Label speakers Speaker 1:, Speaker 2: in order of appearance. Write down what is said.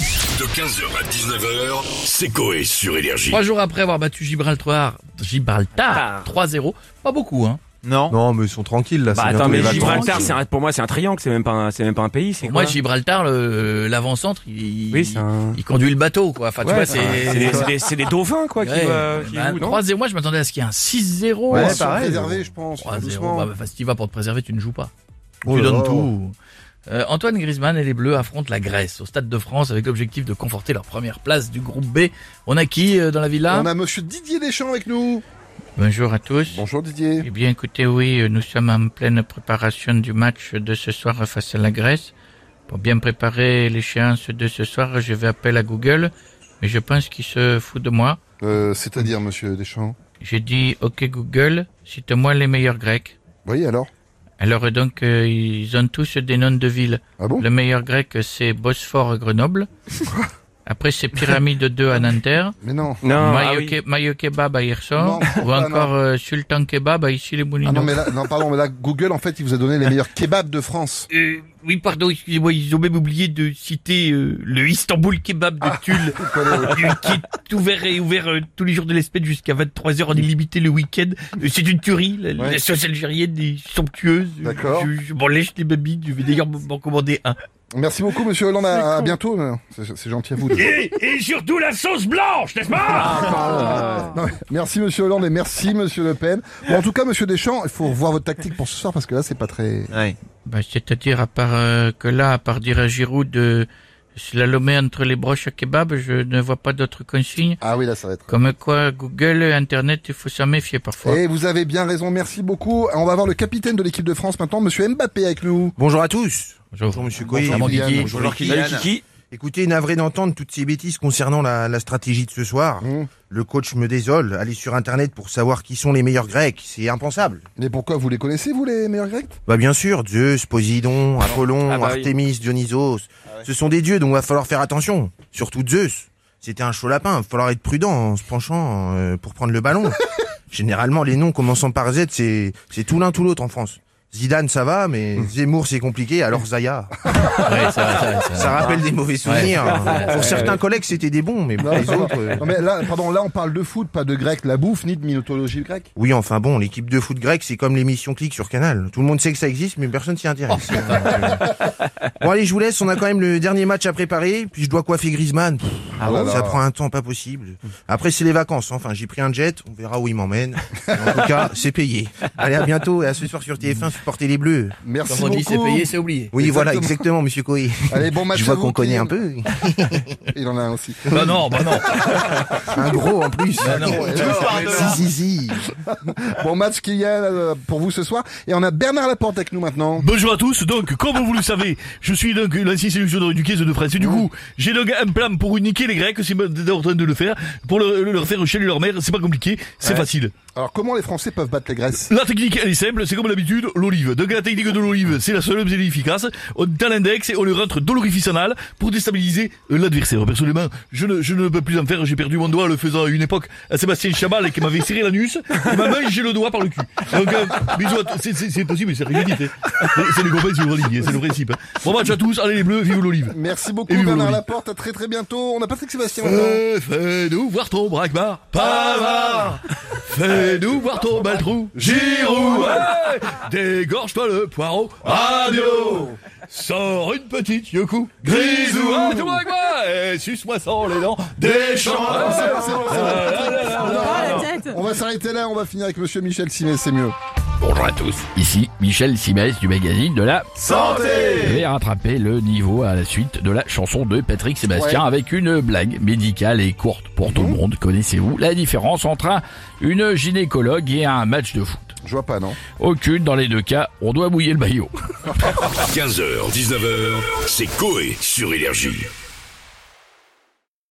Speaker 1: De 15h à 19h, c'est Coé sur Énergie.
Speaker 2: Trois jours après avoir battu Gibraltar,
Speaker 3: Ah.
Speaker 2: Gibraltar 3-0, pas beaucoup hein.
Speaker 3: Non.
Speaker 4: Non, mais ils sont tranquilles là.
Speaker 3: Bah
Speaker 4: c'est bien
Speaker 3: attends,
Speaker 4: pour
Speaker 3: mais
Speaker 4: les vacances.
Speaker 3: Gibraltar, c'est un- pour moi, c'est un triangle, c'est même pas, un- c'est même pas un pays, c'est
Speaker 2: Pour
Speaker 3: quoi
Speaker 2: moi Gibraltar, le- euh, l'avant-centre, il,
Speaker 3: Oui, c'est un.
Speaker 2: il conduit le bateau quoi. Enfin Ah, tu vois
Speaker 3: Ouais,
Speaker 2: c'est...
Speaker 3: c'est des, c'est des- c'est des dauphins, quoi, qui,
Speaker 2: Ouais,
Speaker 3: euh, qui
Speaker 2: bah,
Speaker 3: jouent, non
Speaker 2: 3-0, moi je m'attendais à ce qu'il y ait un 6-0.
Speaker 4: Ouais,
Speaker 2: un
Speaker 4: c'est pareil.
Speaker 5: préservé, je pense.
Speaker 2: 3-0,
Speaker 5: doucement.
Speaker 2: bah, bah, enfin, si tu vas pour te préserver, tu ne joues pas.
Speaker 4: Oh
Speaker 2: tu
Speaker 4: là
Speaker 2: donnes
Speaker 4: là.
Speaker 2: tout. Euh, Antoine Griezmann et les Bleus affrontent la Grèce au Stade de France avec l'objectif de conforter leur première place du groupe B. On a qui euh, dans la villa
Speaker 3: Hein
Speaker 5: On a monsieur Didier Deschamps avec nous.
Speaker 2: Bonjour à tous.
Speaker 5: Bonjour Didier.
Speaker 2: Eh bien, écoutez, oui, euh, nous sommes en pleine préparation du match de ce soir face à la Grèce. Pour bien préparer l'échéance de ce soir, je vais appeler à Google, mais je pense qu'il se fout de moi.
Speaker 5: Euh, C'est-à-dire monsieur Deschamps
Speaker 2: J'ai dit, ok Google, cite-moi les meilleurs Grecs.
Speaker 5: Oui, alors
Speaker 2: Alors euh, donc, euh, ils ont tous des noms de villes.
Speaker 5: Ah bon
Speaker 2: Le meilleur grec, c'est Bosphore à Grenoble. Après, c'est Pyramide 2 à Nanterre.
Speaker 5: Mais non.
Speaker 3: Non, ah
Speaker 2: Mayo,
Speaker 3: oui.
Speaker 2: ke- Mayo Kebab à
Speaker 5: Non,
Speaker 2: Hirson. Ou
Speaker 5: ah,
Speaker 2: encore euh, Sultan Kebab à Issy-les-Moulineaux.
Speaker 5: Ah non, mais là, non, pardon, mais là, Google, en fait, il vous a donné les meilleurs kebabs de France.
Speaker 2: Euh, oui, pardon, excusez-moi, ils ont même oublié de citer euh, le Istanbul Kebab
Speaker 5: Ah,
Speaker 2: de Tulle,
Speaker 5: Vous connaissez-
Speaker 2: euh, qui est ouvert et ouvert euh, tous les jours de l'espèce jusqu'à 23h en illimité le week-end. Euh, c'est une tuerie, la, la
Speaker 5: Ouais.
Speaker 2: sauce algérienne est somptueuse. Euh,
Speaker 5: D'accord.
Speaker 2: Je, je m'en lèche les babines, je vais d'ailleurs m'en commander un.
Speaker 5: Merci beaucoup, monsieur Hollande. À, à bientôt. C'est c'est gentil à vous. de-
Speaker 1: Et, surtout la sauce blanche, n'est-ce pas
Speaker 5: Non, mais merci, monsieur Hollande, et merci, monsieur Le Pen. Bon, en tout cas, monsieur Deschamps, il faut revoir votre tactique pour ce soir parce que là, c'est pas très.
Speaker 2: Bah, C'est-à-dire, à part euh, que là, à part dire à Giroud de slalomer entre les broches à kebab, je ne vois pas d'autres consignes.
Speaker 5: Ah oui, là, ça va être.
Speaker 2: Comme quoi, Google, Internet, il faut s'en méfier parfois.
Speaker 5: Et vous avez bien raison. Merci beaucoup. On va voir le capitaine de l'équipe de France maintenant, monsieur Mbappé, avec nous.
Speaker 4: Bonjour à tous.
Speaker 2: Bonjour.
Speaker 4: Bonjour Monsieur Coy.
Speaker 5: Bonjour,
Speaker 4: Bonjour,
Speaker 5: Kylian.
Speaker 2: Didier.
Speaker 4: Bonjour,
Speaker 3: Salut,
Speaker 4: Kylian.
Speaker 3: Kiki.
Speaker 4: Écoutez, navré d'entendre toutes ces bêtises concernant la, la stratégie de ce soir.
Speaker 5: Mmh.
Speaker 4: Le coach me désole. Aller sur internet pour savoir qui sont les meilleurs Grecs, c'est impensable.
Speaker 5: Mais pourquoi vous les connaissez, vous, les meilleurs Grecs
Speaker 4: Bah bien sûr, Zeus, Poséidon, Apollon,
Speaker 3: Ah bah oui. Ah
Speaker 4: Artémis, Dionysos. Ce sont des dieux dont il va falloir faire attention. Surtout Zeus. C'était un chaud lapin. Il va falloir être prudent en se penchant euh, pour prendre le ballon. Généralement, les noms commençant par Z, c'est c'est tout l'un tout l'autre en France. Zidane, ça va, mais
Speaker 3: Hmm.
Speaker 4: Zemmour, c'est compliqué. Alors Zaya, ça rappelle des mauvais souvenirs. Pour certains collègues, c'était des bons, mais pour les autres. euh,
Speaker 5: Non mais là, pardon, là on parle de foot, pas de grec, la bouffe, ni de mythologie grecque.
Speaker 4: Oui, enfin bon, l'équipe de foot grecque, c'est comme l'émission Click sur Canal. Tout le monde sait que ça existe, mais personne s'y intéresse.
Speaker 5: Oh,
Speaker 4: bon allez, je vous laisse, on a quand même le dernier match à préparer, puis je dois coiffer Griezmann. Pff, ah
Speaker 5: bon
Speaker 4: ça prend un temps pas possible. Après, c'est les vacances, hein. enfin j'ai pris un jet, on verra où il m'emmène. Mais En tout cas, c'est payé. Allez, à bientôt, et à ce soir sur TF1, supportez les Bleus.
Speaker 5: Merci
Speaker 2: Comme on dit, c'est
Speaker 5: beaucoup.
Speaker 2: payé, c'est oublié.
Speaker 4: Oui,
Speaker 5: Mm. Exactement.
Speaker 4: voilà, exactement, monsieur Coé.
Speaker 5: Allez, bon match
Speaker 4: Je
Speaker 5: à
Speaker 4: vois
Speaker 5: vous,
Speaker 4: qu'on connaît
Speaker 5: Kylian.
Speaker 4: un peu.
Speaker 5: Il en a un aussi.
Speaker 2: Bah non, bah non.
Speaker 4: Un gros en plus.
Speaker 5: Ah
Speaker 4: Si, si, si.
Speaker 5: Bon match Kylian euh, pour vous ce soir. Et on a Bernard Laporte avec nous maintenant.
Speaker 6: Bonjour à tous. Donc, comme vous le savez, je suis donc l'ancien sélectionneur du 15 de France. Et du coup, j'ai donc un plan pour niquer les Grecs. C'est maintenant en train de le faire. Pour le- le- leur faire chialer leur mère, c'est pas compliqué, c'est facile.
Speaker 5: Alors comment les Français peuvent battre les Grèces
Speaker 6: La technique, elle est simple. C'est comme d'habitude, l'olive. Donc, la technique de l'olive, c'est la seule, c'est efficace. On tend l'index et on le rentre dans l'orifice anal pour déstabiliser euh, l'adversaire. Personnellement, je ne, je ne peux plus en faire. J'ai perdu mon doigt en le faisant à une époque à Sébastien Chabal qui m'avait serré l'anus. Et ma main, j'ai le doigt par le cul. Donc, euh, bisous à tous. C'est- c'est- C'est possible, c'est rigidité. hein. C'est les copains, c'est le rugby, c'est le principe. hein. Bon match à tous. Allez les bleus, vive l'olive.
Speaker 5: Merci beaucoup
Speaker 6: Et vive
Speaker 5: Bernard
Speaker 6: l'Olympique.
Speaker 5: Laporte. À très très bientôt. On a Patrick Sébastien. maintenant. Ah.
Speaker 6: Euh, Fais-nous voir ton braquemar, Pavard Fais-nous voir ton baltrou, Giroud Ouais. Dégorge-toi le poireau, Radio Sors une petite yoku, Grisou
Speaker 5: Ah,
Speaker 6: Ouais, Tout le monde avec moi Et suce-moi sans les dents, Deschamps Ouais.
Speaker 5: C'est bon, c'est bon. On va s'arrêter là. On va finir avec Monsieur Michel Simet, c'est mieux.
Speaker 7: Bonjour à tous, ici Michel Simès du magazine de la Santé Je vais rattraper le niveau à la suite de la chanson de Patrick
Speaker 5: Ouais.
Speaker 7: Sébastien
Speaker 5: Mhm.
Speaker 7: avec une blague médicale et courte pour tout le monde. Connaissez-vous la différence entre un- une gynécologue et un match de foot
Speaker 5: Je vois pas non.
Speaker 7: Aucune dans les deux cas, on doit mouiller le maillot.
Speaker 1: 15h, 19h, c'est Coé sur Énergie.